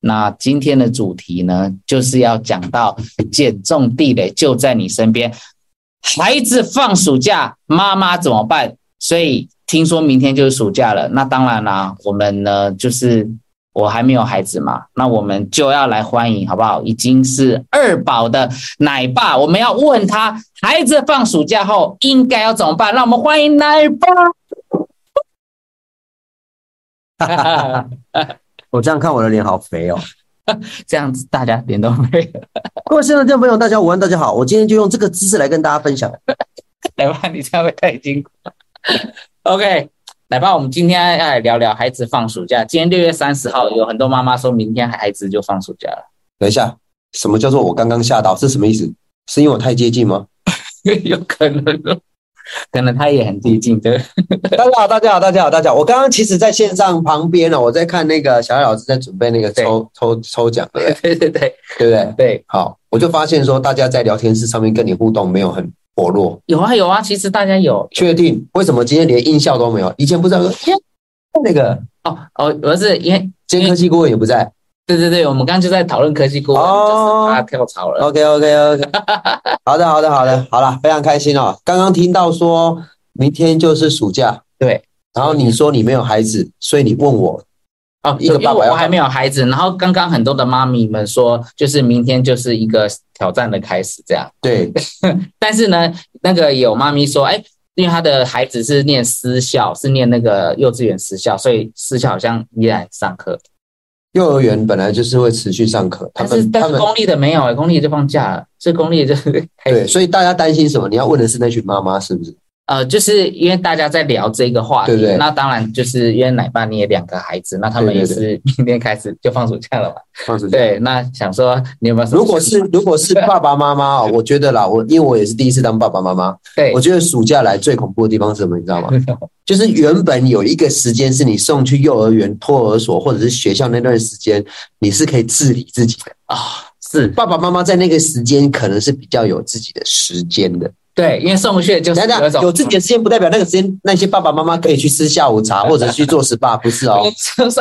那今天的主题呢，就是要讲到减重地雷就在你身边。孩子放暑假，妈妈怎么办？所以听说明天就是暑假了，那当然啦、我们呢就是我还没有孩子嘛，那我们就要来欢迎好不好？已经是二宝的奶爸，我们要问他孩子放暑假后应该要怎么办？让我们欢迎奶爸。我哦这样看我的脸好肥哦。 这样子大家点都没有。各位现在听众朋友，大家午安，大家好。我今天就用这个姿势来跟大家分享。奶爸，你这样会太辛苦。OK，奶爸，我们今天要来聊聊孩子放暑假。今天六月三十号，有很多妈妈说明天孩子就放暑假了， 等一下，什么叫做我刚刚吓到？是什么意思？是因为我太接近 吗？有可能哦，可能他也很接近的。 大家好，大家好，大家好，大家好。我刚刚其实在线上旁边呢、哦我在看那个小艾老师在准备那个对抽抽抽奖，对不对？对对对对不对？对，好，我就发现说大家在聊天室上面跟你互动没有很活络，有啊有啊，其实大家有确定？为什么今天连音效都没有？以前不知道说，耶那个哦哦，我是因为今天科技顾问也不在。对对对，我们刚刚就在讨论科技顾问，哦就是他跳槽了。 OK OK OK，好的好的好的，好了，非常开心哦。刚刚听到说明天就是暑假，对，然后你说你没有孩子，所以你问我，哦，一个因为爸爸要我还没有孩子，然后刚刚很多的妈咪们说，就是明天就是一个挑战的开始，这样。 对，但是呢，那个有妈咪说，哎，因为她的孩子是念私校，是念那个幼稚园私校，所以私校好像依然上课，幼儿园本来就是会持续上课，他但是们但他是们公立的没有、哎，公立就放假了，所以公立就是开对，始，所以大家担心什么？你要问的是那群妈妈是不是？呃，就是因为大家在聊这个话题，对对那当然就是因为奶爸你也两个孩子，那他们也对对对是明天开始就放暑假了嘛，放暑假。对，那想说你有没有什么想法？如 果是如果是爸爸妈妈哦，我觉得啦，我因为我也是第一次当爸爸妈妈，对 我觉得暑假来最恐怖的地方是什么？你知道吗？就是原本有一个时间是你送去幼儿园、托儿所或者是学校那段时间，你是可以自理自己的。啊、是爸爸妈妈在那个时间可能是比较有自己的时间的。对，因为送不去就是等等有一，种有自己的时间不代表那个时间那些爸爸妈妈可以去吃下午茶或者去做 SPA，不是 哦？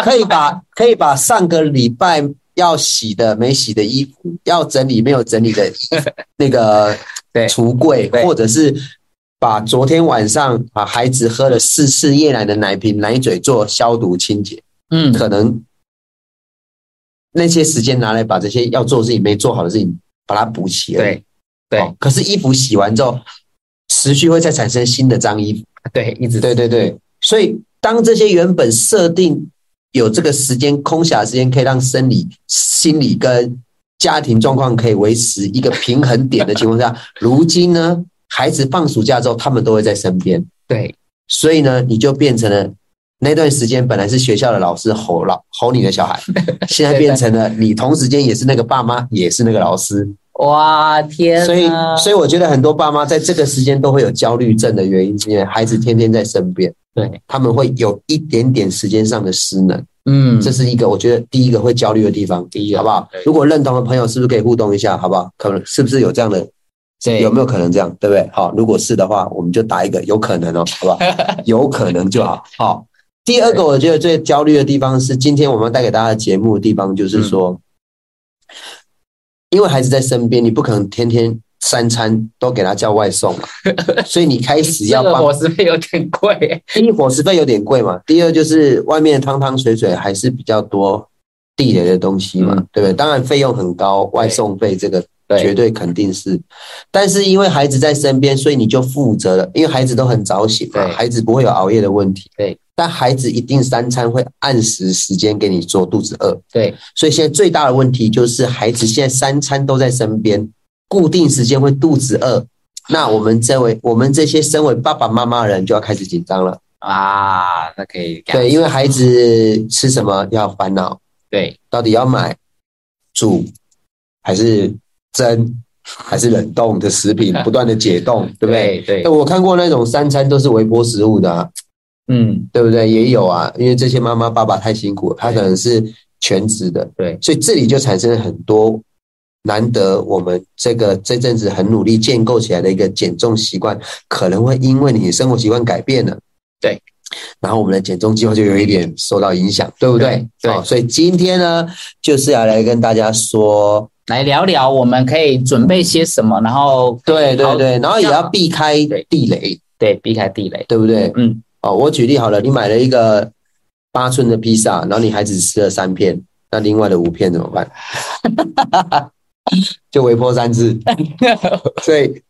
可以把可以把上个礼拜要洗的没洗的衣服，要整理没有整理的衣服 那个对橱柜，对或者是把昨天晚上把孩子喝了四次夜奶的奶瓶奶嘴做消毒清洁，嗯，可能那些时间拿来把这些要做的事情没做好的事情把它补齐而已。对对哦可是衣服洗完之后，持续会再产生新的脏衣服。对，一直对对对，所以当这些原本设定有这个时间空暇的时间，可以让生理、心理跟家庭状况可以维持一个平衡点的情况下，如今呢，孩子放暑假之后，他们都会在身边，对所以呢，你就变成了。那段时间本来是学校的老师吼老吼你的小孩，现在变成了你同时间也是那个爸妈，也是那个老师，哇天所以，哪所以我觉得很多爸妈在这个时间都会有焦虑症的原因，是因为孩子天天在身边，对，他们会有一点点时间上的失能，嗯，这这是一个我觉得第一个会焦虑的地方，第一个好不好对？如果认同的朋友，是不是可以互动一下，好不好？可能是不是有这样的，对有没有可能这样，对不对？好，如果是的话，我们就打一个有可能哦，好 不好？有可能就好。好，第二个我觉得最焦虑的地方是，今天我们要带给大家的节目的地方就是说，因为孩子在身边，你不可能天天三餐都给他叫外送嘛，所以你开始这要个帮伙食费有点贵、第一，伙食费有点贵嘛；第二，就是外面的汤汤水水还是比较多地雷的东西嘛，嗯对不对？当然费用很高，外送费这个 绝对肯定是。但是因为孩子在身边，所以你就负责了，因为孩子都很早醒嘛，对孩子不会有熬夜的问题。对，但孩子一定三餐会按时时间给你做，肚子饿。对所以现在最大的问题就是孩子现在三餐都在身边，固定时间会肚子饿。那我们这位我们这些身为爸爸妈妈的人就要开始紧张了。 啊，那可以对，因为孩子吃什么要烦恼，对到底要买煮还是蒸还是冷冻的 食品，不断的解冻，对不对？对对哎我看过那种三餐都是微波食物的、啊，嗯对不对？也有啊，因为这些妈妈爸爸太辛苦了，他可能是全职的，对所以这里就产生了很多难得我们这个这阵子很努力建构起来的一个减重习惯，可能会因为你的生活习惯改变了，对，然后我们的减重计划就有一点受到影响，对不对？对对好所以今天呢，就是要来跟大家说，来聊聊我们可以准备些什么，然后对对好对，然后也要避开对地雷，对避开地雷。 对不对？嗯，哦，我举例好了，你买了一个八寸的披萨，然后你还只吃了三片，那另外的五片怎么办？ 就微波三次。所以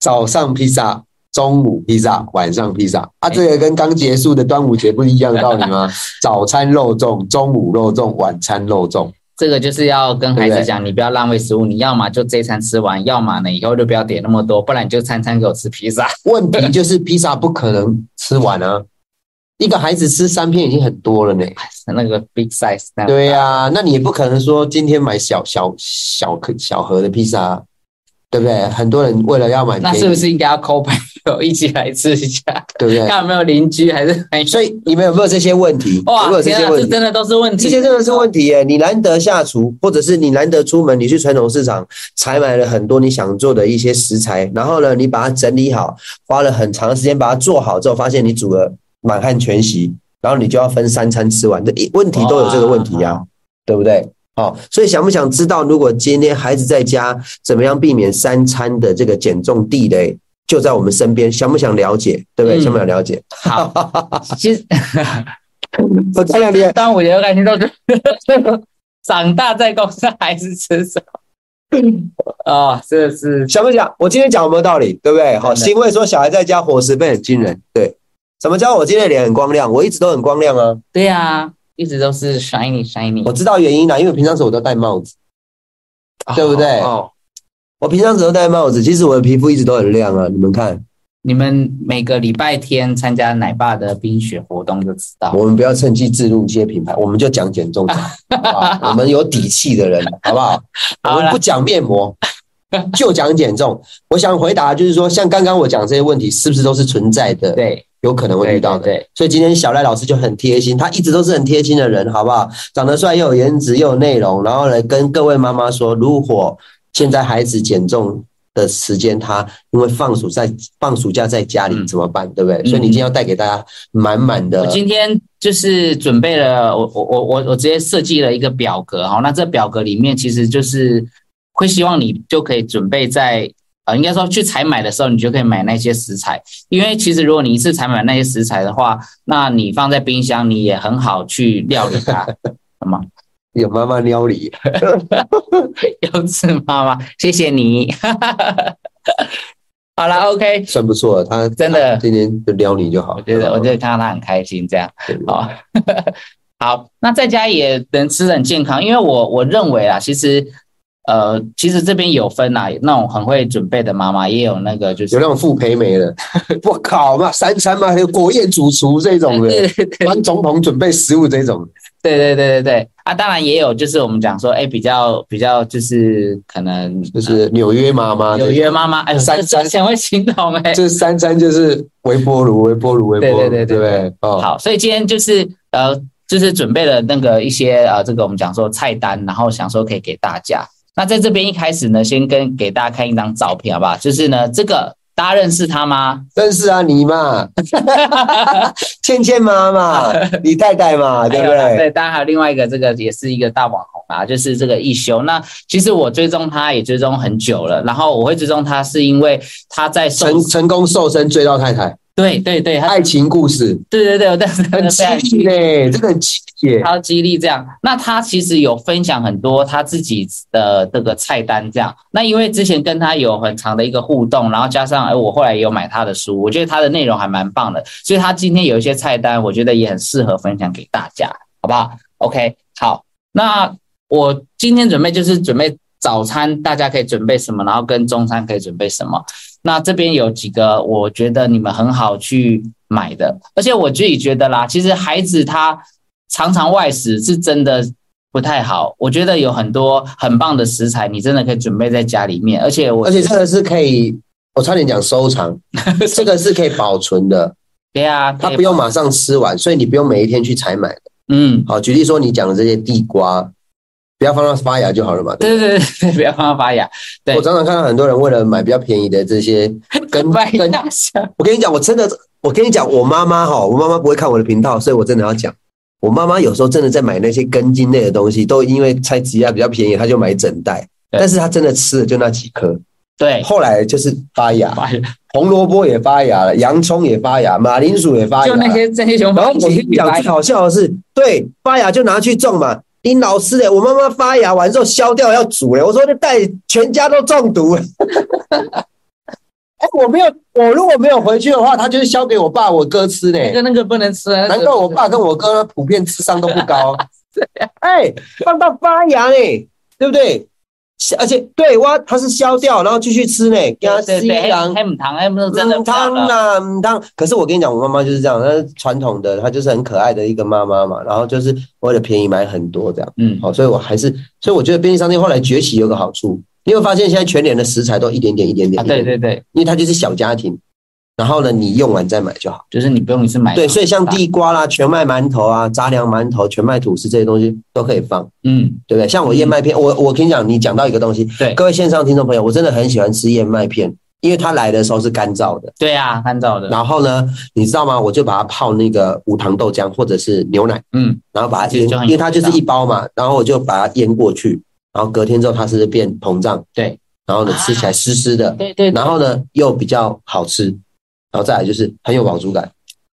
早上披萨、中午披萨、晚上披萨啊，这个跟刚结束的端午节不是一样的道理吗？早餐肉粽，中午肉粽，晚餐肉粽。这个就是要跟孩子讲，你不要浪费食物，你要么就这一餐吃完，要么呢以后就不要点那么多，不然你就餐餐给我吃披萨。 问题就是披萨不可能吃完啊，一个孩子吃三片已经很多了呢。那个 big size 那样对呀、那你也不可能说今天买小小小颗小盒的披萨啊，对不对？很多人为了要买那便宜是不是应该要 call 朋友一起来吃一下？对不对？看有没有邻居还是朋友？所以你们有没有这些问题？有哇没，有这天些啊，问这题？真的都是问这题。些真的是问题耶！你难得下厨，或者是你难得出门，你去传统市场采买了很多你想做的一些食材，然后呢，你把它整理好，花了很长时间把它做好之后，发现你煮了满汉全席，然后你就要分三餐吃完，这一问题都有这个问题啊哇，对不对？哦，所以想不想知道，如果今天孩子在家怎么样避免三餐的这个减重地雷，就在我们身边，想不想了解？对不对？嗯想不想了解？好，啊其实 我看到你端午节我感觉到就 长大在公司还是吃什 么？哦，这是想不想？我今天讲有没有道理，对不对？好，真的欣慰说小孩在家伙食费很惊人，对。什么叫我今天脸很光亮？我一直都很光亮啊！对啊，一直都是 shiny shiny，我知道原因啦，因为平常时我都戴帽子，对不对哦，我平常时都戴帽子，其实我的皮肤一直都很亮啊。你们看，你们每个礼拜天参加奶爸的冰雪活动就知道。我们不要趁机置入一些品牌，我们就讲减 重，好不好？我们有底气的人，好不好？我好啦们不讲 面膜，就讲减重。我想回答就是说，像刚刚我讲这些问题，是不是都是存在的？对，有可能会遇到的。对对对所以今天小赖老师就很贴心，他一直都是很贴心的人，好不好？长得帅又有颜值又有内容，然后呢，跟各位妈妈说，如果现在孩子减重的时间，他因为放暑在放暑假在家里嗯怎么办，对不对？所以你今天要带给大家满满的我，今天就是准备了，我我我我我直接设计了一个表格哈。那这表格里面其实就是会希望你就可以准备在呃，应该说去采买的时候，你就可以买那些食材，因为其实如果你一次采买那些食材的话，那你放在冰箱你也很好去料理它。什么？有妈妈料理，优质妈妈，谢谢你。 好了，OK，算不错。他真的他今天就撩你就好。我觉得，我觉得看到他很开心，这样啊。 好，那在家也能吃得很健康，因为我我认为啊，其实呃，其实这边有分啦、那种很会准备的妈妈，也有那个就有是那种傅培梅的， 我靠嘛，三餐嘛，还有国宴主厨这种 对的，对对帮总统准备食物这种。对对对对对啊，当然也有就是我们讲说，哎，比较比较就是可能就是纽约妈妈，有约妈妈，哎呦，三这这很会形容哎、这三餐就是微波炉、微波炉、微波炉，对对对对对不对？哦，好，所以今天就是呃，就是准备了那个一些呃，这个我们讲说菜单，然后想说可以给大家。那在这边一开始呢，先跟给大家看一张照片，好不好？就是呢，这个大家认识他吗？认识啊，你嘛，倩倩妈妈，李太太嘛，对不还有呢对？哎对，当然还有另外一个，这个也是一个大网红啊，就是这个一休。那其实我追踪他也追踪很久了，然后我会追踪他是因为他在瘦成，成功瘦身追到太太，对对对，他爱情故事对对对，我但是很激励嘞，这个很激励耶。超激励这样。那他其实有分享很多他自己的这个菜单这样。那因为之前跟他有很长的一个互动，然后加上哎，我后来也有买他的书，我觉得他的内容还蛮棒的，所以他今天有一些菜单，我觉得也很适合分享给大家，好不好？OK，好，那我今天准备就是准备。早餐大家可以准备什么，然后跟中餐可以准备什么。那这边有几个我觉得你们很好去买的，而且我自己觉得啦，其实孩子他常常外食是真的不太好。我觉得有很多很棒的食材，你真的可以准备在家里面，而且我而且这个是可以，我差点讲收 藏，这个是可以保存的，对啊，它可以不用马上吃完，所以你不用每一天去采买。嗯，好，举例说你讲的这些地瓜，不要放到发芽就好了嘛。对对对对，不要放它发芽，对 我常常看到很多人为了买比较便宜的这些，跟拜跟大象我跟你讲，我真的，我跟你讲，我妈妈哈，我妈妈不会看我的频道，所以我真的要讲，我妈妈有时候真的在买那些根茎类的东西，都因为菜鸡亚比较便宜，她就买整袋，对但是她真的吃的就那几颗，对，后来就是发芽，发芽红萝卜也发芽了，洋葱也发芽，马铃薯也发芽，就那。些这些熊 然后猫我一跟起你讲，来最好笑的是，对发芽就拿去种嘛。林老师嘞、我妈妈发芽完之后削掉要煮嘞、我说这带全家都中毒了。 哎、我没有，我如果没有回去的话，他就是削给我爸我哥吃嘞、那 个那个不能吃啊，那个难怪我爸跟我哥普遍智商都不 高。啊哎、放到发芽嘞、对不对？而且对哇，它是削掉，然后继续吃呢、给它对对吸对，氧黑黑母糖，黑母糖真的嗯汤啦，嗯汤。可是我跟你讲，我妈妈就是这样，她是传统的，她就是很可爱的一个妈妈嘛。然后就是为了便宜买很多这样，嗯，好，所以我还是，所以我觉得便利商店后来崛起有个好处，你会发现现在全年的食材都一点点、一点点、啊，一点对点，对对，因为它就是小家庭。然后呢，你用完再买就好。就是你不用一次买那么对，大，所以像地瓜啦、全麦馒头啊、杂粮馒头、全麦吐司这些东西都可以放，嗯，对不对？像我燕麦片，我我跟你讲，你讲到一个东西，对各位线上听众朋友，我真的很喜欢吃燕麦片，因为它来的时候是干燥的。对啊，按照的，然后呢，你知道吗？我就把它泡那个无糖豆浆或者是牛奶，嗯，然后把它其实腌就，很因为它就是有味一包嘛，然后我就把它腌过去，然后隔天之后它是不是变膨胀？对，啊然后呢吃起来湿湿的，对对，对然后呢又比较好吃，然后再来就是很有饱足感。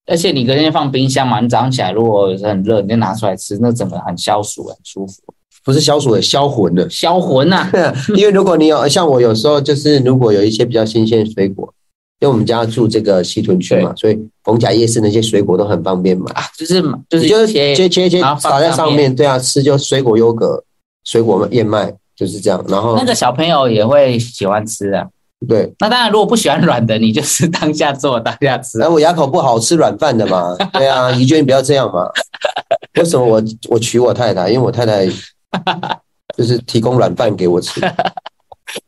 而且你隔天放冰箱嘛，你早上起来如果很热，你就拿出来吃，那整个很消暑，很舒服，不是消暑也消 魂的，销魂啊 呐，因为如果你有像我有时候就是如果有一些比较新鲜的水果，因为我们家住这个西屯区嘛，所以逢甲夜市那些水果都很方便买。啊，就是就是你就切切切切然后放撒在上上面，对啊，吃就水果优格、水果燕麦就是这样。然后那个小朋友也会喜欢吃的。对，那当然，如果不喜欢软的，你就是当下做当下吃。啊然后我牙口不好，吃软饭 的嘛。对啊，怡娟你不要这样嘛。为什么我我娶我太太？因为我 太太就是提供软饭给我吃，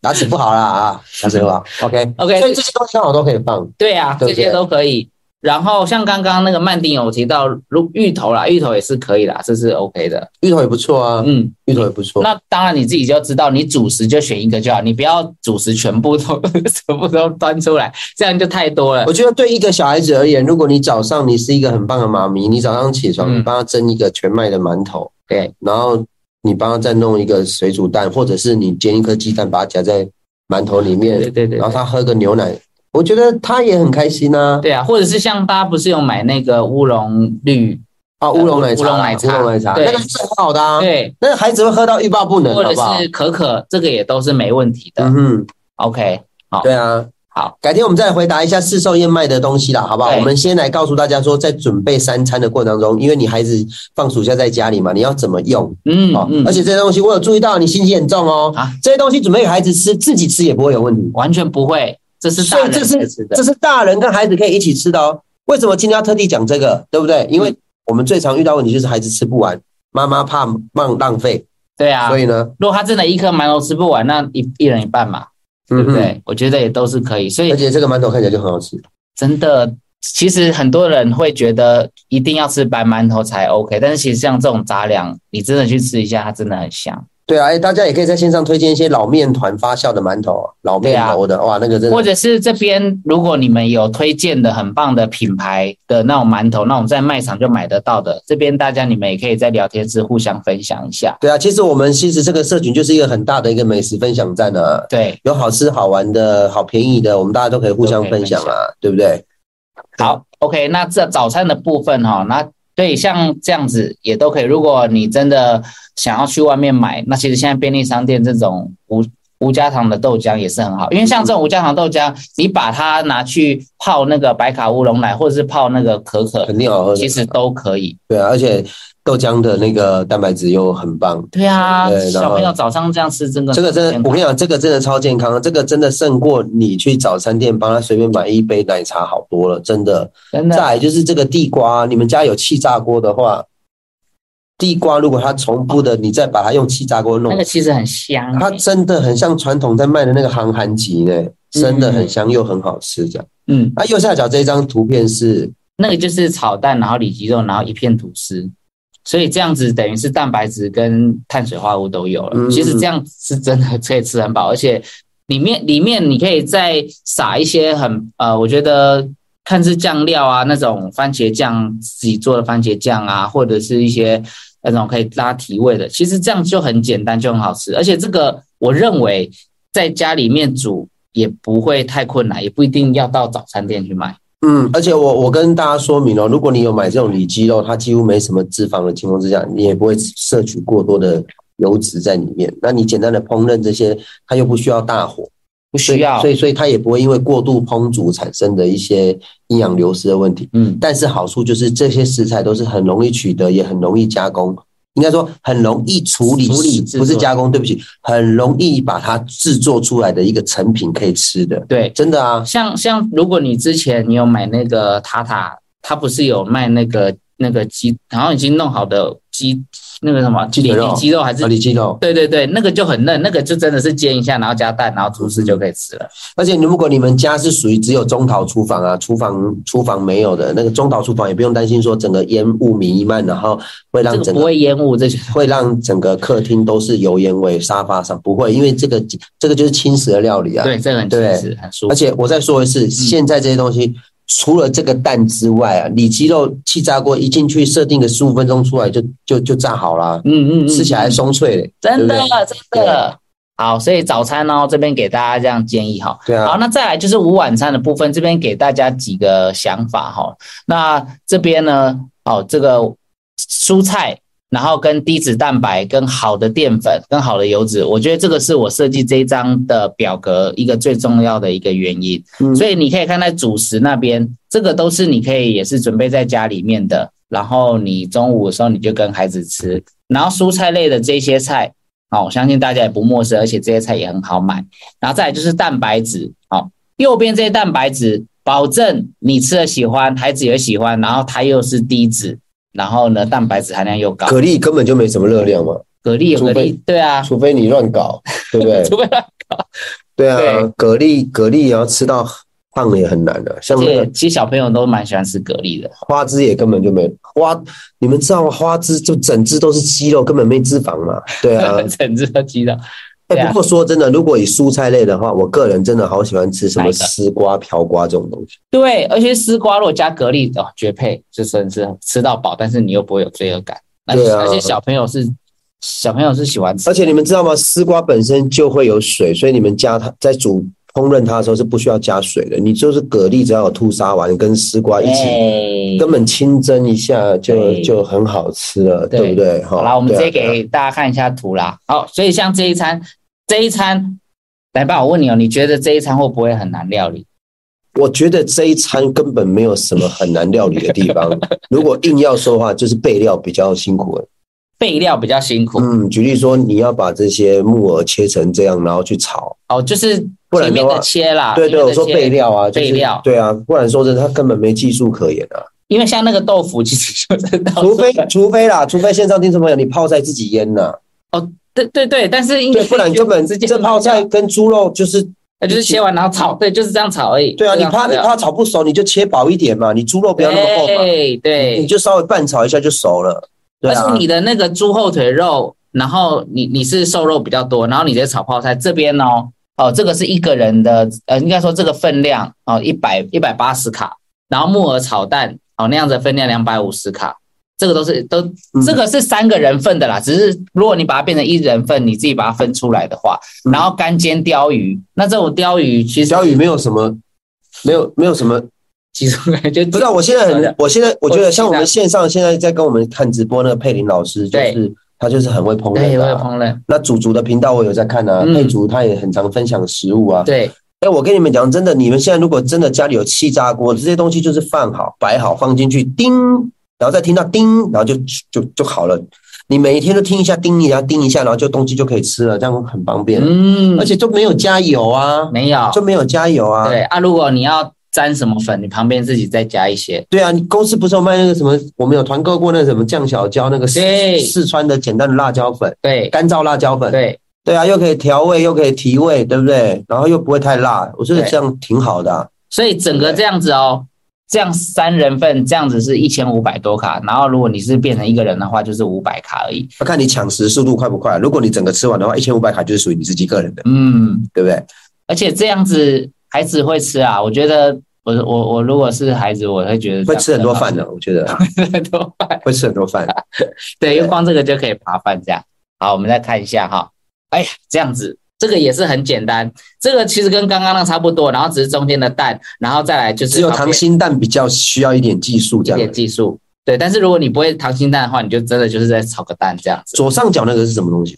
牙齿不好啦啊，牙齿不好。OK OK 所以这些东西刚好都可以放。对啊， 对这不对些都可以。然后像刚刚那个曼丁有提到，如芋头啦，芋头也是可以啦，这是 OK 的。芋头也不错啊，嗯，芋头也不错。那当然你自己就知道，你主食就选一个就好，你不要主食全部都 全部都端出来，这样就太多了我。觉得对一个小孩子而言，如果你早上你是一个很棒的妈咪，你早上起床嗯你帮他蒸一个全麦的馒头，对，然后你帮他再弄一个水煮蛋，或者是你煎一颗鸡蛋，把它夹在馒头里面，对对对然后他喝个牛奶，我觉得他也很开心呐、对啊，或者是像大家不是有买那个乌龙绿，啊。乌龙奶茶，乌龙奶茶乌龙奶茶，对那个是很好的啊。对，那个孩子会喝到欲罢不能，或好者不好？是可可，这个也都是没问题的嗯。哼， OK，好对啊。好，改天我们再来回答一下市售燕麦的东西啦，好不好？对我们先来告诉大家说，在准备三餐的过程中，因为你孩子放暑假在家里嘛，你要怎么用？嗯哦，嗯，而且这些东西我有注意到，你心机很重哦。啊这些东西准备给孩子吃，自己吃也不会有问题。完全不会，这是大所以人这才是吃的这。是大人跟孩子可以一起吃的哦。为什么今天要特地讲这个，对不对？因嗯为我们最常遇到问题就是孩子吃不完，妈妈怕浪浪费，对啊所，以呢，如果他真的一颗馒头吃不完，那一一人一半嘛，对嗯不哼，对？我觉得也都是可以。所以而且这个馒头看起来就很好吃，真的，其实很多人会觉得一定要吃白馒头才 OK，但是其实像这种杂粮，你真的去吃一下，它真的很香。对啊，哎，大家也可以在线上推荐一些老面团发酵的馒头，老面头啊的，哇，那个真或的，者是这边如果你们有推荐的很棒的品牌的那种馒头，那我们在卖场就买得到的，这边大家你们也可以在聊天室互相分享一下。对啊，其实我们其实这个社群就是一个很大的一个美食分享站啊，对，有好吃好玩的好便宜的，我们大家都可以互相分享都可以啊，对不对？好，OK，那这早餐的部分哈、那对像这样子也都可以。如果你真的想要去外面买，那其实现在便利商店这种无无加糖的豆浆也是很好，因为像这种无加糖豆浆，你把它拿去泡那个白卡乌龙奶，或者是泡那个可可，肯定好喝的其，实都可以。对啊，而且豆浆的那个蛋白质又很棒，对啊，对然后小朋友早上这样吃真的这个真的，我跟你讲，这个真的超健康，这个真的胜过你去早餐店帮他随便买一杯奶茶好多了，真的。真再的来就是这个地瓜，你们家有气炸锅的话，地瓜如果它重复的，你再把它用气炸锅那弄个，其实很香、欸它真的很像传统在卖的那个杭韩吉呢，真的很香又很好吃这样。啊嗯，那右下角这一张图片是，那个就是炒蛋，然后里脊肉，然后一片吐司，所以这样子等于是蛋白质跟碳水化合物都有了。嗯其实这样是真的可以吃很饱，而且里面里面你可以再撒一些很呃，我觉得看是酱料啊，那种番茄酱自己做的番茄酱啊，或者是一些那种可以拉提味的，其实这样就很简单，就很好吃。而且这个我认为在家里面煮也不会太困难，也不一定要到早餐店去买。嗯，而且我我跟大家说明哦，如果你有买这种里脊肉，它几乎没什么脂肪的情况之下，你也不会摄取过多的油脂在里面。那你简单的烹饪这些，它又不需要大火，不所需以要所，以所以它也不会因为过度烹煮产生的一些营养流失的问题。嗯，但是好处就是这些食材都是很容易取得，也很容易加工，应该说很容易处理，处理制作不是加工，对不起，很容易把它制作出来的一个成品可以吃的，对。真的啊，像像如果你之前你有买那个塔塔，它不是有卖那个那个鸡，好像已经弄好的鸡那个什么鸡腿肉里脊鸡肉还是啊，里脊肉。对对对，那个就很嫩，那个就真的是煎一下，然后加蛋，然后吐司就可以吃了。而且如果你们家是属于只有中岛厨房啊，厨房厨房没有的那个中岛厨房，也不用担心说整个烟雾弥漫，然后这会让个整不个会烟雾，这就会让整个客厅都是油烟味，沙发上不会，因为这个这个就是轻食的料理啊。对，嗯这个很对舒适，很舒而服。且我再说一次，现在这些东西除了这个蛋之外啊，里脊肉气炸锅一进去设定个十五分钟出来就就就炸好啦，嗯嗯嗯，吃起来还松脆嘞。真的对不真的好。所以早餐哦呢，这边给大家这样建议哈。对好，啊，那再来就是午晚餐的部分，这边给大家几个想法哈。那这边呢，哦，这个蔬菜，然后跟低脂蛋白、跟好的淀粉、跟好的油脂，我觉得这个是我设计这一张的表格一个最重要的一个原因。嗯所以你可以看在主食那边，这个都是你可以也是准备在家里面的，然后你中午的时候你就跟孩子吃，然后蔬菜类的这些菜。哦，我相信大家也不陌生，而且这些菜也很好买。然后再来就是蛋白质，好、右边这些蛋白质，保证你吃了喜欢，孩子也喜欢，然后它又是低脂，然后呢蛋白质含量又高。蛤蜊根本就没什么热量嘛，蛤蜊，除蛤非蜊，对啊，除非你乱搞，对不对？除非它对啊对，蛤蜊蛤蜊也要吃到胖也很难的、像那对个其实小朋友都蛮喜欢吃蛤蜊的，花枝也根本就没花，你们知道吗？花枝就整只都是肌肉，根本没脂肪嘛。对 啊，整只都鸡肉。哎、对啊不过说真的，如果以蔬菜类的话，我个人真的好喜欢吃什哪么一个丝瓜、瓢瓜这种东西。对，而且丝瓜如果加蛤蜊，哦，绝配，就真的是吃到饱，但是你又不会有罪恶感。而且对啊而且小朋友是小朋友是喜欢吃而，且你们知道吗？丝瓜本身就会有水，所以你们加它在煮烹饪它的时候是不需要加水的。你就是蛤蜊只要有吐沙丸跟丝瓜一起，哎根本清蒸一下就对就很好吃了，对对不对？好好啦，我们直对接啊给大家看一下图啦。好，所以像这一餐，这一餐，来吧，我问你哦，你觉得这一餐会不会很难料理？我觉得这一餐根本没有什么很难料理的地 方。如果硬要说的话，就是备料比较辛哦苦了。备料比较辛苦、嗯，举例说，你要把这些木耳切成这样，然后去炒。哦，就是不然前的面的话切啦，对对，前面我的说啊切备，料啊，就备是料对啊，不然说真的，他根本没技术可言啊。因为像那个豆腐其实就是到处除非的除非啦，除非线上听众朋友你泡菜自己腌呐、对对对，但是应该对，不然根本直接这泡菜跟猪肉就是那就是切完然后炒，对，就是这样炒而已。对啊，这你样怕子你怕炒不熟，你就切薄一点嘛，你猪肉不要那么厚嘛，嗯对你对，就稍微拌炒一下就熟了。对而啊且，你的那个猪后腿肉，然后你你是瘦肉比较多，然后你在炒泡菜这边哦，哦，这个是一个人的，呃，应该说这个分量哦，一百一百八十卡，然后木耳炒蛋哦那样子的分量两百五十卡，这个都是都嗯这个是三个人份的啦，只是如果你把它变成一人份，你自己把它分出来的话，嗯然后干煎鲷鱼，那这种鲷鱼其实小雨没有什么，没有没有什么其实我感觉不知道，我现在真很的，我现在我觉我得像我们线上现在在跟我们看直播那个佩林老师，就对是他就是很会烹对，饪哎我有的、啊。烹饪，那祖祖的频道我有在看啊，嗯佩祖他也很常分享食物啊。对，哎，我跟你们讲，真的，你们现在如果真的家里有气炸锅，这些东西就是放好、摆好，放进去，叮，然后再听到叮，然后就就就好了。你每一天都听一下叮一下，叮一下，然后就东西就可以吃了，这样很方便，嗯而，且就没有加油啊，没有，就没有加油啊。对啊，如果你要沾什么粉，你旁边自己再加一些。对啊，你公司不是有卖那个什么？我们有团购过那个什么酱小椒，那个四对四川的简单的辣椒粉，对干燥辣椒粉。对，对啊，又可以调味，又可以提味，对不对？然后又不会太辣，我觉得对这样挺好的啊、所以整个这样子哦，这样三人份这样子是一千五百多卡，然后如果你是变成一个人的话，就是五百卡而已。要看你抢食速度快不快。如果你整个吃完的话，一千五百卡就是属于你自己个人的，嗯，对不对？而且这样子孩子会吃啊，我觉得我我我如果是啊孩子，我会觉得会吃很多饭的，的，我 觉得很多饭。会吃很多饭。啊对，因为光这个就可以扒饭这样。好，我们再看一下哈。哎呀，这样子，这个也是很简单，这个其实跟刚刚那差不多，然后只是中间的蛋，然后再来就是只有旁边溏心蛋比较需要一点技术，一这样点。技术。对，但是如果你不会溏心蛋的话，你就真的就是在炒个蛋这样子。左上角那个是什么东西？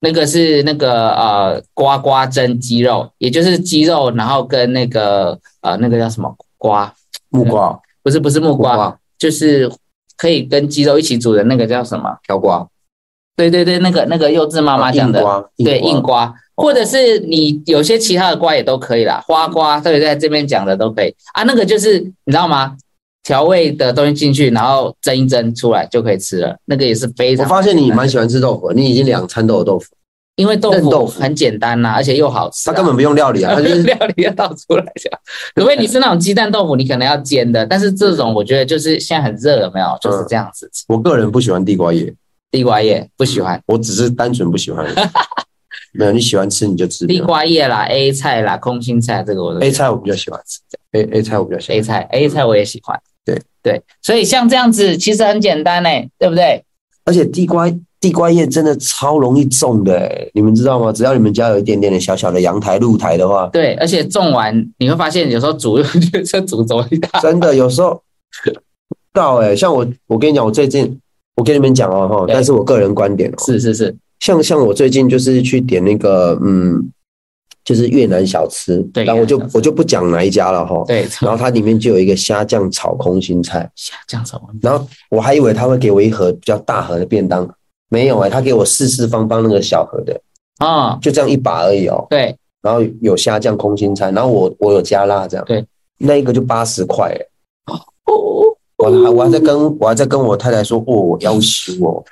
那个是那个呃呱呱蒸鸡肉，也就是鸡肉，然后跟那个呃那个叫什么瓜，木瓜、不是不是木瓜，瓜、就是可以跟鸡肉一起煮的那个叫什么？挑瓜、对对对，那个那个幼稚嗯妈妈讲啊哦硬的，瓜、哦对硬瓜。瓜，或者是你有些其他的瓜也都可以嗯啦，花瓜，特别在这边讲的都可以啊。那个就是你知道吗？调味的东西进去，然后蒸一蒸出来就可以吃了。那个也是非我常。发现你蛮喜欢吃豆腐，你已经两餐都有豆腐，因为豆嫩豆腐腐很简单呐、而且又好吃、它啊。根 本不用料理啊，它就是料理要倒出来这样。除非你是那种鸡蛋豆腐，你可能要煎的，但是这种我觉得就是现在很热，有没嗯有？就是这样子。我个人不喜欢地瓜叶，地瓜叶不喜欢，我只是单纯不喜 欢而已。没有，你喜欢吃你就吃。地瓜叶啦、A 菜啦、空心菜这个我都 A 菜我比较喜欢吃，A A 菜我比较喜欢 A 菜 A 菜我也喜欢。嗯对对，所以像这样子其实很简单嘞、对不对？而且地瓜地瓜叶真的超容易种的、欸，你们知道吗？只要你们家有一点点的小小的阳台露台 的话，对，而且种完你会发现有时候 煮这煮走一大，真的有时候 到哎、欸，像我我跟你讲，我最近我跟你们讲哦哈，对但是我个人观点哦、是是是，像像我最近就是去点那个嗯，就是越南小吃，对然后我就越南小吃我就不讲哪一家了哈，对，然后它里面就有一个虾酱炒空心菜，这样子我然后我还以为他会给我一盒比较大盒的便当，没有哎、他给我四四方方那个小盒的，哦，就这样一把而已哦、对，然后有虾酱空心菜，然后我我有加辣这样，对，那一个就八十块欸，哦我还我还在跟我还在跟我太太说，哦，我要求哦，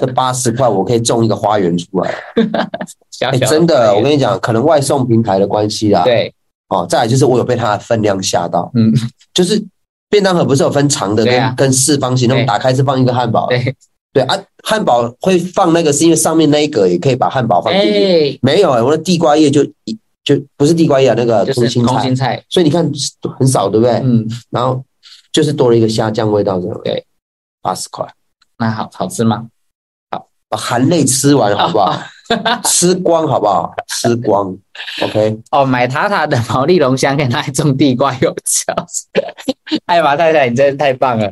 这八十块我可以种一个花园出来， 小哎，小真的，我跟你讲，可能外送平台的关系啦，，对，哦，再来就是我有被它的分量吓到，嗯，就是便当盒不是有分长的对啊跟跟四方形，那么对打开是放一个汉堡，对，对啊，汉堡会放那个是因为上面那一格也可以把汉堡放进去，哎，没有欸，我的地瓜叶就一就不是地瓜叶啊，那个就空是心空菜哎心。菜，所以你看很少，对不对？嗯，然后就是多了一个虾酱味道，这样对，八十块，那好好吃吗？把含泪吃完好 不好？吃光好不好？吃光，OK。哦，买塔塔的毛利龙香可以拿来种地瓜油 胶。艾玛太太，你真的太棒了！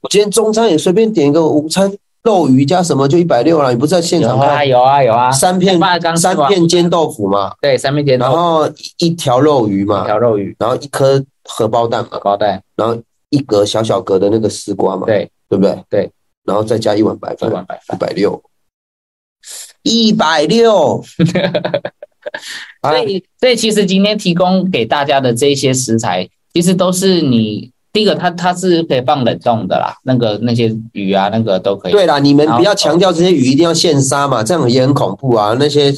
我今天中餐也随便点一个午餐肉鱼加什么就一百六了，你不是在现有场啊看有啊有啊，啊三片我爸刚吃三完片煎豆腐嘛，对三面煎然豆后一一条肉鱼嘛，条肉鱼然后一颗荷包蛋嘛，包蛋，然后一格小小格的那个丝瓜嘛，对，对不对？对，然后再加一碗白一饭，碗白一饭。百六，一百六。 啊所，以所以其实今天提供给大家的这些食材，其实都是你第一个它它是可以放冷冻的啦，那个那些鱼啊那个都可以。对啦，你们不要强调这些鱼一定要现杀嘛，这样也很恐怖啊。那些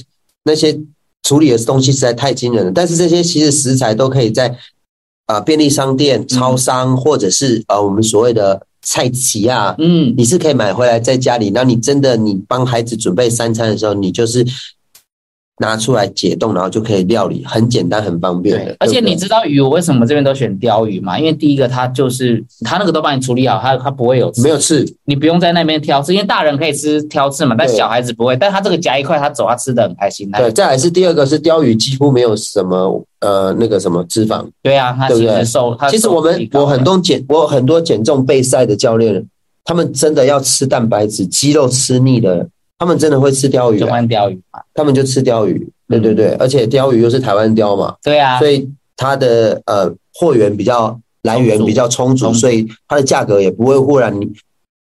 那些处理的东西实在太惊人了。但是这些其实食材都可以在啊、呃便利商嗯店、超商，或者是呃我们所谓的菜畦啊，嗯，你是可以买回来在家里。那你真的你帮孩子准备三餐的时候，你就是拿出来解冻，然后就可以料理，很简单，很方便的对。。而且对不对你知道鱼，我为什么这边都选鲷鱼嘛？因为第一个它就是它那个都帮你处理好，它它不会有刺没有刺，你不用在那边挑刺，因为大人可以吃挑刺嘛，但对小孩子不会。但他这个夹一块，他走，他吃的很开心。他对，再来是第二个是鲷鱼，几乎没有什么呃那个什么脂肪。对啊，他对不其对实瘦，他其实瘦我比们较我很多减我有很多减重备赛的教练，他们真的要吃蛋白质，肌肉吃腻了，他们真的会吃鲷鱼啊就，换鲷鱼嘛，他们就吃鲷鱼。对对对，而且鲷鱼又是台湾鲷嘛，对啊所，以它的呃货源比较来源比较充足，充足所以它的价格也不会忽然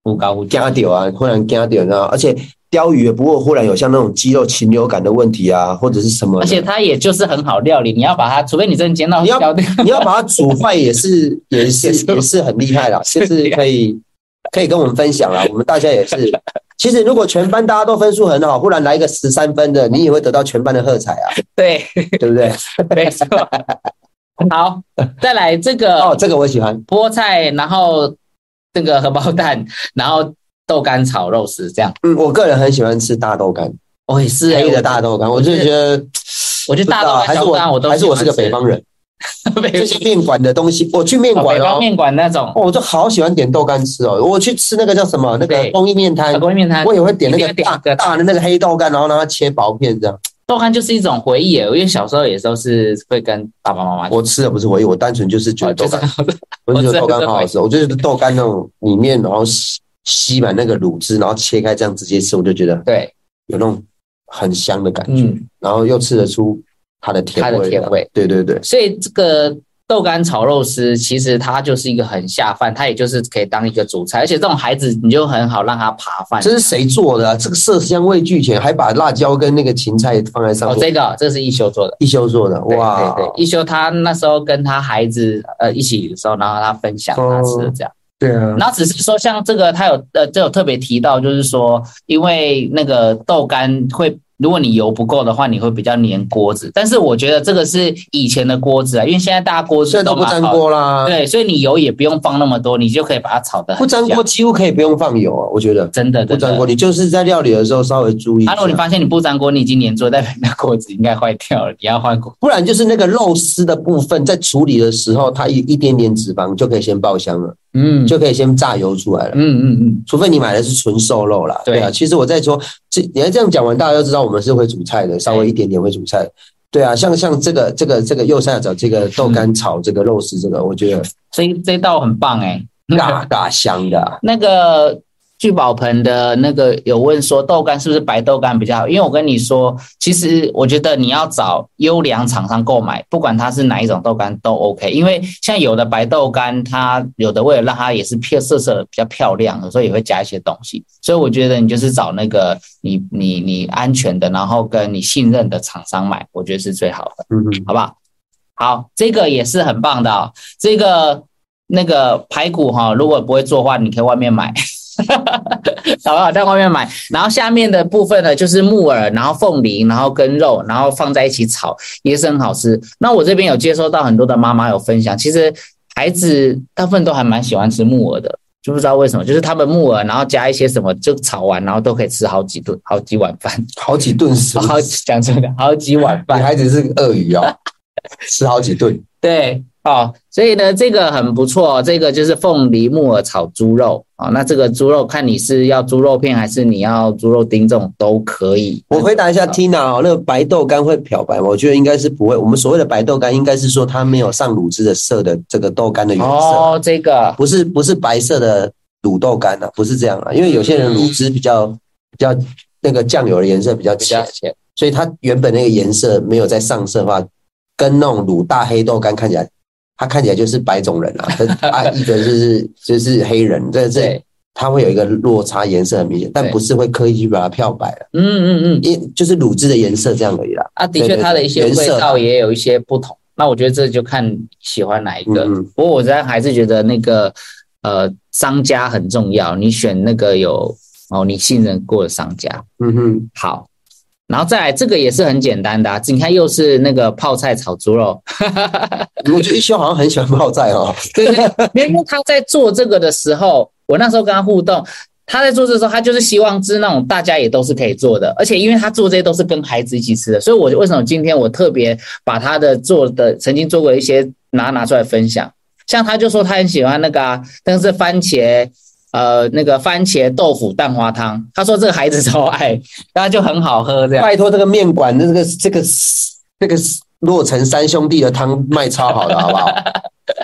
忽高忽低。加掉啊，忽然加掉，你知道吗？而且鲷鱼也不会忽然有像那种肌肉禽流感的问题啊，或者是什么的。而且它也就是很好料理，你要把它，除非你真的煎到你要焦掉， 你要把它煮坏也是也是也是也是很厉 害啦，就是可以可以跟我们分享啦。我们大家也 是，其实如果全班大家都分数很好，忽然来一个十三分的，你也会得到全班的喝彩 啊，对，对不对？没错。好，再来这哦，个这个我喜欢，菠菜，然后那个荷包蛋，然后豆干炒肉丝这样。嗯，我个人很喜欢吃大豆干，我也是黑的我哎大豆干，我就觉得哎我觉得大不知道豆干、还是小豆干我我都还是我喜是欢个北吃方人，这北些面馆的东西，我去面 馆北哦方，面馆那种哦，我就好喜欢点豆干吃哦。我去吃那个叫什么那个对公益面摊手，工面摊，我也会点那一定个要点大一个大的那个黑豆干，然后让它切薄片这样。豆干就是一种回忆耶，因为小时候也都是会跟爸爸妈妈。啊我吃的不是我，我单纯就是觉得哦豆就是干，我就觉得豆干我知道好好吃。我就是豆干那种里面，然后吸吸满那个卤汁，然后切开这样直接吃，我就觉得 对，有那种很香的感觉，嗯，然后又吃得出它的甜它味。的甜味。对对对，所以这个豆干炒肉丝其实它就是一个很下饭，它也就是可以当一个主菜，而且这种孩子你就很好让他扒饭。这是谁做的、啊？这个色香味俱全，还把辣椒跟那个芹菜放在上哦，面。这个这是一休做的。一休做的，对哇！对对，一休他那时候跟他孩子呃一起的时候，然后他分享他吃的这样。对啊，然后只是说，像这个他有呃，这有特别提到，就是说，因为那个豆干会，如果你油不够的话，你会比较粘锅子。但是我觉得这个是以前的锅子啊，因为现在大家锅现子在都不蛮粘好的，锅啦，对，所以你油也不用放那么多，你就可以把它炒的啊不粘锅，几乎可以不用放油啊，我觉得真的不真粘的。锅，你就是在料理的时候稍微注意一啊，下如果你，发现你不粘锅，你已经粘住了，代表你的锅子应该坏掉了，你要换锅。不然就是那个肉丝的部分在处理的时候，它一一点点脂肪就可以先爆香了，嗯，就可以先炸油出来了。嗯嗯嗯，除非你买的是纯瘦肉啦，对对啊。其实我在说，这你要这样讲完，大家都知道我们是会煮菜的，稍微一点点会煮菜。对啊，像像这个这个这个右下角这个豆干炒这个肉丝，这个我觉得所以这道很棒哎、大大香的啊，那个聚宝盆的那个有问说豆干是不是白豆干比较好？因为我跟你说，其实我觉得你要找优良厂商购买，不管它是哪一种豆干都 OK。因为像有的白豆干，它有的为了让它也是偏色色的比较漂亮，有时候也会加一些东西。所以我觉得你就是找那个你你你安全的，然后跟你信任的厂商买，我觉得是最好的。嗯哼。好不好？好，这个也是很棒的、哦。这个那个排骨哈、如果不会做的话，你可以外面买， 好不好？在外面买。然后下面的部分呢，就是木耳，然后凤梨，然后跟肉，然后放在一起炒，也是很好吃。那我这边有接收到很多的妈妈有分享，其实孩子大部分都还蛮喜欢吃木耳的。就不知道为什么，就是他们木耳，然后加一些什么，就炒完，然后都可以吃好几顿、好几碗饭，好几顿食物，好讲真的，好几碗女饭。孩子是个鳄鱼哦，吃好几顿。对，哦，所以呢，这个很不错、这个就是凤梨木耳炒猪肉啊、哦。那这个猪肉看你是要猪肉片还是你要猪肉丁，这种都可以。我回答一下好 Tina 哦，那个白豆干会漂白吗？我觉得应该是不会。我们所谓的白豆干，应该是说它没有上卤汁的色的这个豆干的原色，哦，这个不是不是白色的卤豆干啊，不是这样啊。因为有些人卤汁比较比较那个酱油的颜色比较嗯比较浅，所以它原本那个颜色没有在上色的话，跟那种卤大黑豆干看起来，它看起来就是白 种人啊，啊一个就是就是黑人，这这对，它会有一个落差，颜色很明显，但对不是会刻意去把它漂白了，嗯嗯嗯，因就是卤汁的颜色这样而已啦。啊，的确对对它的一些颜味色道也有一些不同。那我觉得这就看喜欢哪一个。嗯嗯不过我仍然还是觉得那个呃商家很重要，你选那个有哦你信任过的商家。嗯哼，好，然后再来这个也是很简单的、啊，你看又是那个泡菜炒猪肉， 我觉得一休好像很喜欢泡菜哦，对对对，因为他在做这个的时候，我那时候跟他互动，他在做这个时候，他就是希望是那种大家也都是可以做的，而且因为他做这些都是跟孩子一起吃的，所以我为什么今天我特别把他的做的曾经做过的一些拿拿出来分享，像他就说他很喜欢那个、啊，但是番茄。呃，那个番茄豆腐蛋花汤，他说这个孩子超爱，然后就很好喝这样。拜托这个面馆那个这个这个洛城三兄弟的汤卖超好的，好不好？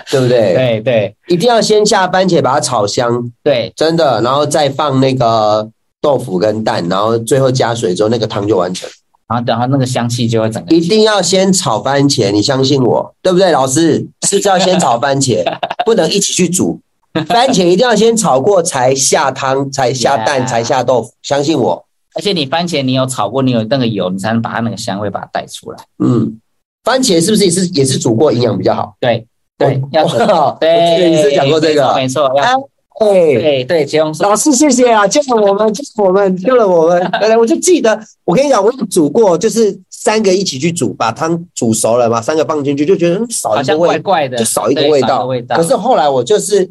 对不对？对对一定要先下番茄把它炒香，对，真的，然后再放那个豆腐跟蛋，然后最后加水之后，那个汤就完成。然后等它那个香气就会整个一定要先炒番茄，你相信我，对不对，老师？是不是要先炒 番茄？不能一起去煮，番茄一定要先炒过才下汤，才下蛋 Yeah 才下豆腐，相信我。而且你番茄你有炒过，你有那个油，你才能把它那个香味把它带出来。嗯，番茄是不是也是也是煮过，营养比较好？对对我，要准备我对，记得你是讲过这个没错，没错啊要对。对对，结用是老师，谢谢啊，救了我们，救了我们，救了我们。来来，我就记得，我跟你讲，我有煮过，就是三个一起去煮，把汤煮熟了嘛，三个放进去，就觉得嗯少好一像个怪味，怪的，就少一个对味少道。味道。可是后来我就是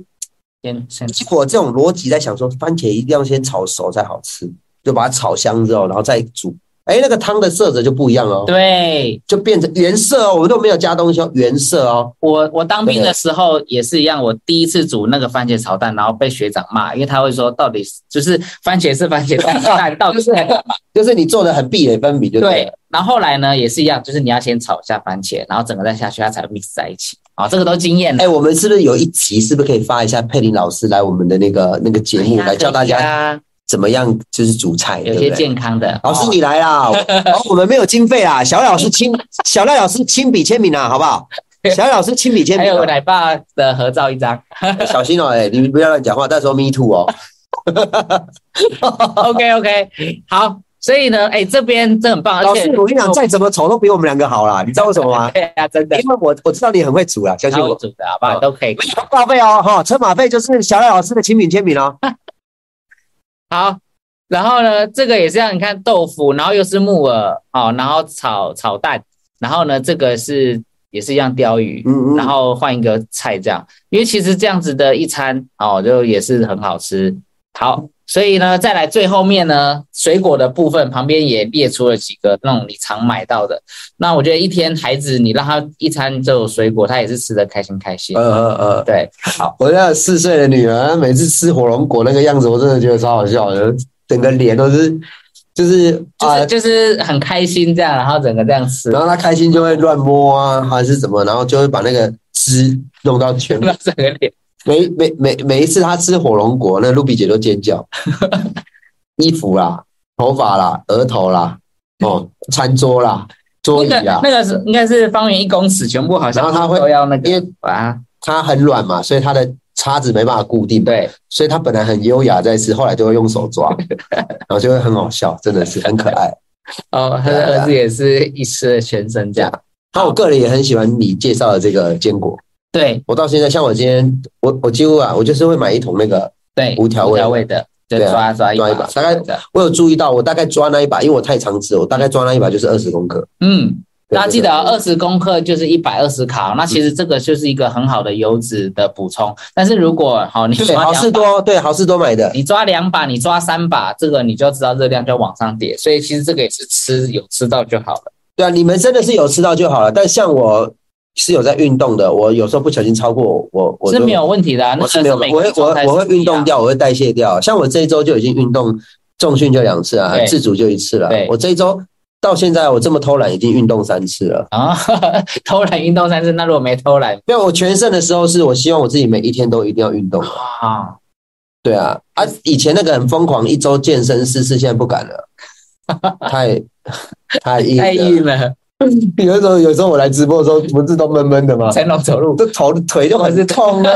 先先结果这种逻辑在想说，番茄一定要先炒熟才好吃，就把它炒香之后，然后再煮，哎，那个汤的色泽就不一样了哦，对就变成原色哦，我们都没有加东西哦，原色哦，我我当兵的时候也是一样，我第一次煮那个番茄炒蛋，然后被学长骂，因为他会说到底是就是番茄是番茄蛋是蛋，到底是在干嘛？ 就是你做的很壁垒分明，就对对了。，然后后来呢也是一样，就是你要先炒一下番茄，然后整个再下去，它才 mix 在一起。啊，这个都经验了。哎，我们是不是有一集是不是可以发一下佩林老师来我们的那个那个节哎目来教大家家怎么样就是煮菜，对啊有不些对？健康的。老师哦你 来啦！哦，我们没有经费啦，小赖老师亲小赖老师亲笔签名啊啦，好不好？小赖老师亲笔签还名有啊我，奶爸的合照一 张。小心哦，哎，你不要乱讲话，到时候 me too 哦。 OK OK，好，所以呢，哎，这边这很棒，老而且师，我跟你讲，再怎么丑都比我们两个好啦，你知道为什么吗 ？对啊，真的因，为我我知道你很会煮啦，相信超我。煮的好不好？哦都可以。车马费哦，哈，车马费就是小赖老师的亲笔签名哦。好，然后呢，这个也是让你看豆腐，然后又是木耳，哦，然后炒炒蛋，然后呢，这个是也是一样鲷鱼，嗯嗯然后换一个菜这样，因为其实这样子的一餐哦，就也是很好吃。好，所以呢，再来最后面呢，水果的部分旁边也列出了几个那种你常买到的。那我觉得一天孩子你让他一餐就有水果，他也是吃的开心开心。呃呃呃，对，我那四岁的女儿每次吃火龙果那个样子，我真的觉得超好笑的，整个脸都是就是就啊是就是很开心这样，然后整个这样吃。然后他开心就会乱摸啊，还是怎么，然后就会把那个汁弄到全那整个脸，每每每每一次他吃火龙果，那露比姐都尖 叫，衣服啦、头发啦、额头啦、哦、餐桌啦、桌那椅个啦，那个是应该是方圆一公尺，全部好像哦啊然后他会都要那个因为啊，他很软嘛，所以他的叉子没办法固定，，对，所以他本来很优雅在吃，后来就会用手抓，然后就会很好笑，真的是很可爱。啊哦，他的儿子也是一吃了全身这样，那我个人也很喜欢你介绍的这个坚果，对我到现在像我今天，我我几乎啊，我就是会买一桶那个对，无调味的的，就对啊抓抓一抓一把把，大概的，我有注意到，我大概抓那一把，因为我太常吃了，我大概抓那一把就是二十公克。嗯，对大家记得对对嗯二十公克就是一百二十卡，那其实这个就是一个很好的油脂的补充，但是如果好你对，抓好两事多，对，好事多买的。你抓两把，你抓三把，这个你就知道热量就往上叠，所以其实这个也是吃有吃到就好了。对啊，你们真的是有吃到就好了。但像我是有在运动的，我有时候不小心超过我，我是就没有问题的、啊，那我个是没有，每我个会人我状态我会是不一运样动掉，我会代谢掉。像我这一周就已经运动重训就两次啊对，自主就一次了对。我这一周到现在我这么偷懒，已经运动三次了。啊， 偷懒运动三次，那如果没偷懒没有，我全胜的时候是我希望我自己每一天都一定要运动。啊，对啊，啊，以前那个很疯狂，一周健身四次，现在不敢了，太太硬太了。郁了，有时候有时候我来直播的时候，不是都闷闷的吗？成龙走路这头腿就很痛啊，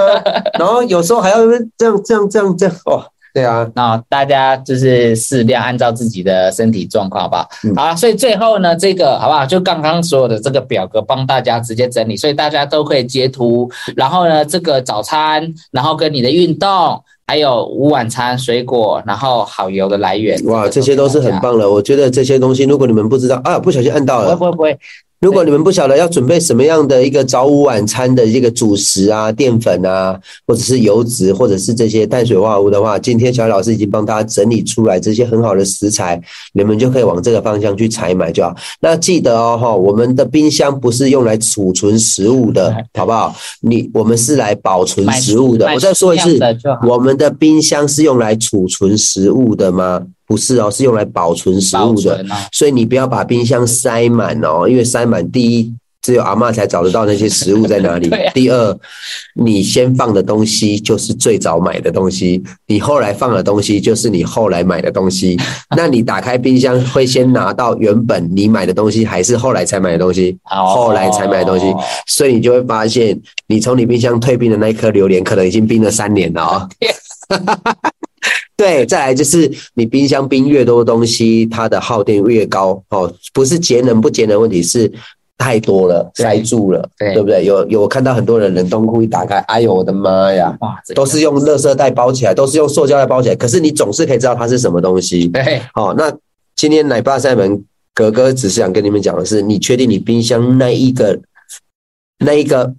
然后有时候还要这样这样这样这样哦，对啊，那大家就是适量按照自己的身体状况，好不好？嗯好了，所以最后呢，这个好不好？就刚刚所有的这个表格帮大家直接整理，所以大家都可以截图。然后呢，这个早餐，然后跟你的运动，还有午晚餐水果，然后好油的来源，哇，这些都啊是很。棒的。我觉得这些东西，如果你们不知道啊，不小心按到不会了不。会不会，如果你们不晓得要准备什么样的一个早午晚餐的一个主食啊、淀粉啊，或者是油脂，或者是这些碳水化合物的话，今天小雨老师已经帮大家整理出来这些很好的食材，你们就可以往这个方向去采买就好。那记得哦，哈，我们的冰箱不是用来储存食物 的，好不好？你我们是来保存买食物的。买我再说一适次量，的就好，我们的冰箱是用来储存食物的吗？不是哦，是用来保存食保物的。存啊，所以你不要把冰箱塞满哦，因为塞满，第一，只有阿嬷才找得到那些食物在哪里 对啊；第二，你先放的东西就是最早买的东西，你后来放的东西就是你后来买的 东西。那你打开冰箱会先拿到原本你买的东西，还是后来才买的东西？后来才买的东西，哦所以你就会发现，你从你冰箱退冰的那一颗榴莲，可能已经冰了三年 了哦。对，再来就是你冰箱冰越多东西，它的耗电越高哦，不是节能不节能问题，是太多了对塞住了，对不对？有有我看到很多人冷冻库一打开，哎呦我的妈呀，哇，这都是用垃圾袋包起来，都是用塑胶袋包起来，可是你总是可以知道它是什么东西。对，好、那今天奶爸塞门格哥只是想跟你们讲的是，你确定你冰箱那一个那一个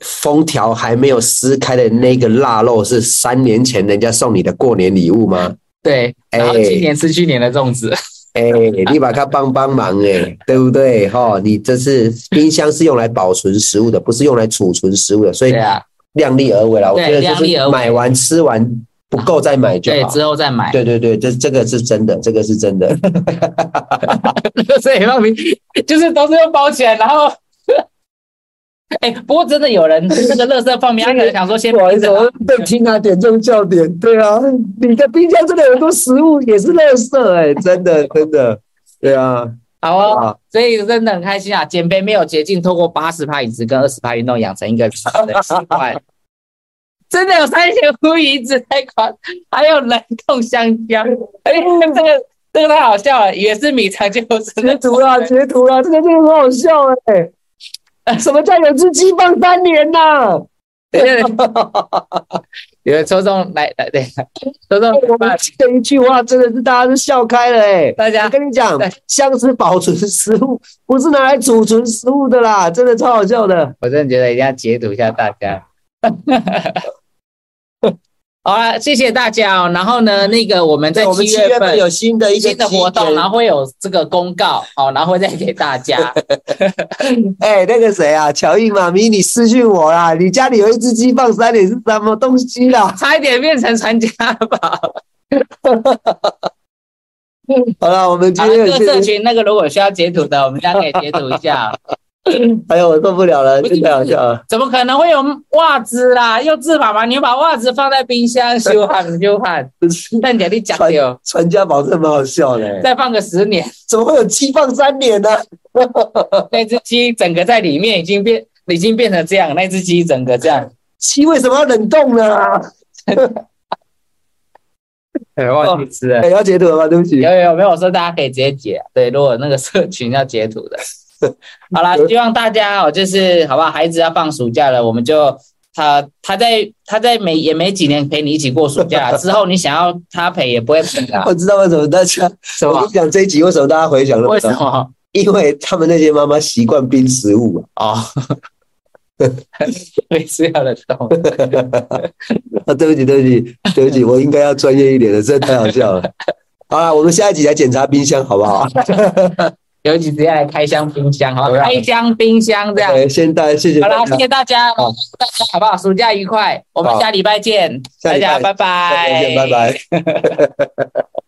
封条还没有撕开的那个腊肉是三年前人家送你的过年礼物吗？对，哎然后今年吃去年的粽子，哎、你把它帮帮忙、 哎，对不对？哈、你这是冰箱是用来保存食物的，不是用来储存食物的，所以对啊，量力而为啦。我对觉得量就力而是为买完吃完不够再买就对，好。之后再买。对对对，这这个是真的，这个是真的。所以放平就是都是用包起来，然后， 哎、不过真的有人那个垃圾放平，他可能想说先不好意冰思，着我对听他点中笑点，对啊，你的冰箱真的有很多食物也是垃圾哎、真的真的， 对啊，好哦。啊，所以真的很开心啊！减肥没有捷径，透过八十趴饮食跟二十趴运动，养成一个平衡的习 惯。真的有三鲜乌鱼子太夸，还有冷冻香蕉，哎、这个这个太好笑了，也是啊米肠就真截的图啦，截图啦，这个真的很好笑 哎、什么叫有只鸡放三年 呐、有人抽中来来对，抽 中我们记得一句话，真的是大家都笑开了哎、大我家跟你讲对，箱是保存食物，不是拿来储存食物的啦，真的超好笑的。我真的觉得一定要解读一下大 家。好了，谢谢大家哦。然后呢，那个我们在对，我们七七月份份有新的一个新的活基动，点然后会有这个公告，好，然后会再给大 家。 哎、那个谁啊，乔印妈咪，你私讯我啦，你家里有一只鸡放三年是什么东西啦？差一点变成传家吧。好了，我们今啊，天很这个谢社谢，群那个如果有需要截图的，我们大家可以截图一下。哎呦，我受不了了，不是真的好笑了。怎么可能会有袜子啦？幼稚爸爸，你把袜子放在冰箱，修汗修汗。但你你讲传掉，传家宝真蛮好笑的、再放个十年，怎么会有鸡放三年呢、 那只鸡整个在里面已经变，已经变成这样，那只鸡整个这样。鸡为什么要冷冻呢、 哎，忘记吃了。哎，要截图了吗？对不起有。有有没有说大家可以直接截？啊对，如果那个社群要截图的， 好啦，希望大家哦，就是好不好？孩子要放暑假了，我们就他他在他在没也没几年陪你一起过暑 假，啊之后你想要他陪也不会陪啊 啦， 我知道为什么大家，是我跟吧你？讲这一集为什么大家回想那为么什多，么？因为他们那些妈妈习惯冰食物啊。哦， 没吃要的动，啊，对不起，对不起，对不起，我应该要专业一点的，真的太好笑了。好了，我们下一集来检查冰箱好不好？尤其直接来开箱冰箱，好不对好？啊开箱冰箱这样。对，先大家谢谢好啦，大谢家，谢大家，好大家好不好？暑假愉快，我们好下礼拜见，下大礼拜家拜再见，拜拜。